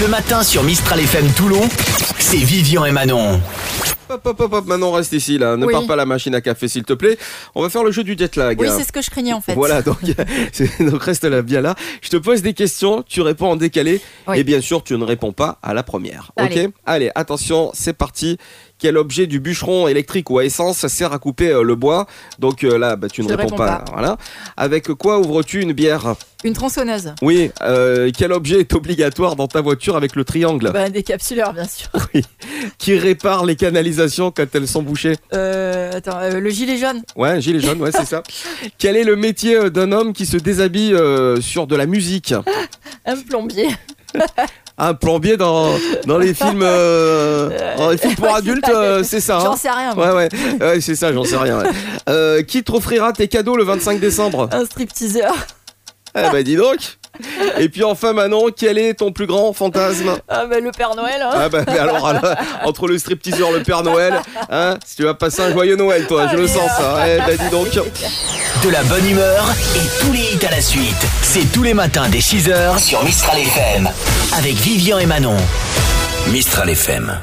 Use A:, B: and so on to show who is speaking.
A: Le matin sur Mistral FM Toulon, c'est Vivian et Manon.
B: Hop, hop, hop, hop, maintenant reste ici là. Ne
C: Oui.
B: pars pas la machine à café s'il te plaît. On va faire le jeu du jet lag. hein.
C: Oui, c'est ce que je craignais en fait.
B: Voilà, donc, c'est- donc reste là, bien là. Je te pose des questions, tu réponds en décalé.
C: Oui.
B: Et bien sûr, tu ne réponds pas à la première.
C: Allez.
B: Ok Allez, attention, c'est parti. Quel objet du bûcheron électrique ou à essence sert à couper euh, le bois Donc euh, là, bah, tu ne
C: Je
B: réponds
C: réponds
B: pas. Voilà. Avec quoi ouvres-tu une bière
C: Une tronçonneuse.
B: Oui. euh, quel objet est obligatoire dans ta voiture avec le triangle
C: Bah, des capsuleurs, bien sûr.
B: Qui répare les canalisations quand elles sont bouchées
C: Euh, attends, euh, le gilet jaune.
B: Ouais, gilet jaune, ouais, c'est ça. Quel est le métier euh, d'un homme qui se déshabille euh, sur de la musique
C: Un plombier.
B: Un plombier dans, dans les films, euh, dans les films pour adultes, euh, c'est ça. hein
C: J'en sais rien. moi.
B: ouais, ouais, ouais, c'est ça, j'en sais rien. ouais. Euh, qui t'offrira tes cadeaux le 25 décembre
C: Un stripteaseur.
B: Eh bah dis donc Et puis enfin, Manon, quel est ton plus grand fantasme
C: Ah, bah, le Père Noël. hein.
B: Ah bah mais alors, là, entre le stripteaseur, le Père Noël, hein, si tu vas passer un joyeux Noël, toi,
C: Oh,
B: je le sens ça. Eh bah dis donc
A: De la bonne humeur et tous les hits à la suite. C'est tous les matins dès 6h sur Mistral FM. Avec Vivian et Manon. Mistral FM.